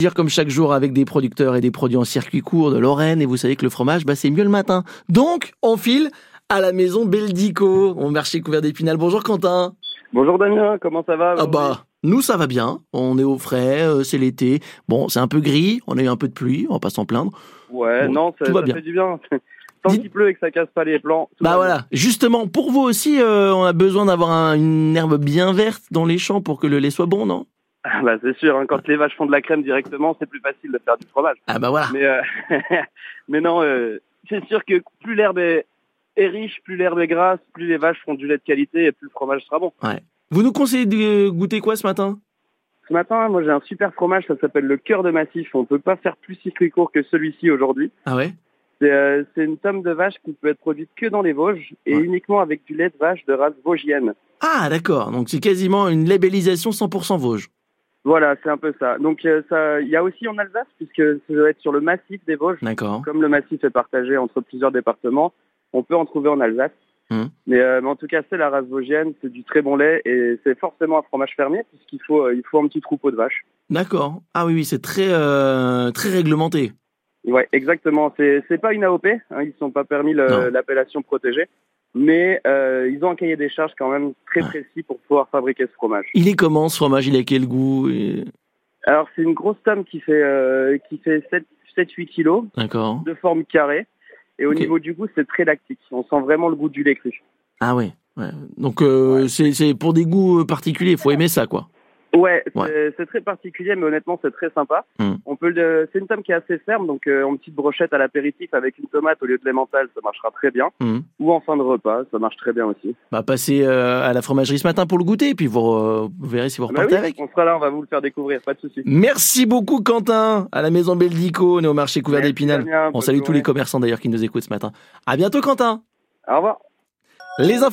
dire comme chaque jour avec des producteurs et des produits en circuit court de Lorraine et vous savez que le fromage bah c'est mieux le matin. Donc on file à la maison Beldico, au marché couvert d'épinal. Bonjour Quentin. Bonjour Damien, comment ça va Ah bah nous ça va bien, on est au frais, euh, c'est l'été. Bon, c'est un peu gris, on a eu un peu de pluie, on va pas s'en plaindre. Ouais, Bon, non, ça, tout va ça bien. fait du bien. Tant Dis- qu'il pleut et que ça casse pas les plans. tout Bah va voilà, justement pour vous aussi euh, on a besoin d'avoir un- une herbe bien verte dans les champs pour que le lait soit bon, non bien. Ah Bah c'est sûr, hein, quand les vaches font de la crème directement, c'est plus facile de faire du fromage. Ah bah voilà. Mais, euh, mais non, euh, c'est sûr que plus l'herbe est, est riche, plus l'herbe est grasse, plus les vaches font du lait de qualité et plus le fromage sera bon. Vous nous conseillez de goûter quoi ce matin Ce matin, moi j'ai un super fromage, ça s'appelle le cœur de massif. On peut pas faire plus circuit court que celui-ci aujourd'hui. Ah ouais C'est euh, c'est une tome de vache qui peut être produite que dans les Vosges et Ouais. uniquement avec du lait de vache de race vosgienne. Ah d'accord, donc c'est quasiment une labellisation 100% Vosges. Voilà, c'est un peu ça. Donc euh, ça, il y a aussi en Alsace, puisque ça doit être sur le massif des Vosges. D'accord. Comme le massif est partagé entre plusieurs départements, on peut en trouver en Alsace. Mhm. Mais, euh, mais en tout cas, c'est la race vosgienne, c'est du très bon lait et c'est forcément un fromage fermier puisqu'il faut, euh, il faut un petit troupeau de vaches. D'accord. Ah oui, oui, c'est très, euh, très réglementé. Ouais, exactement. C'est, c'est pas une AOP, hein, ils sont pas permis le- Non. l'appellation protégée, mais euh, ils ont un cahier des charges quand même très Ouais. précis pour pouvoir fabriquer ce fromage. Il est comment ce fromage Il a quel goût et- Alors c'est une grosse tome qui fait, euh, qui fait 7-8 kilos. D'accord. de forme carrée. Et au Ok. niveau du goût, c'est très lactique. On sent vraiment le goût du lait cru. Ah oui. ouais. Donc euh, c'est c'est pour des goûts euh, particuliers, il faut aimer ça, quoi. Ouais, Ouais. c'est- c'est très particulier, mais honnêtement, c'est très sympa. Hmm. On peut le- C'est une tome qui est assez ferme, donc euh, en petite brochette à l'apéritif avec une tomate au lieu de l'emmental, ça marchera très bien. Mhm. Ou en fin de repas, ça marche très bien aussi. Bah, passez euh, à la fromagerie ce matin pour le goûter, puis vous, euh, vous verrez si vous Bah repartez oui, avec. on sera là, on va vous le faire découvrir, pas de souci. Merci beaucoup, Quentin, à la maison Beldico, on est au marché couvert Merci, d'épinal. Damien, On bonne salue tous les journée. commerçants d'ailleurs qui nous écoutent ce matin. À bientôt, Quentin. Au revoir. Les infos.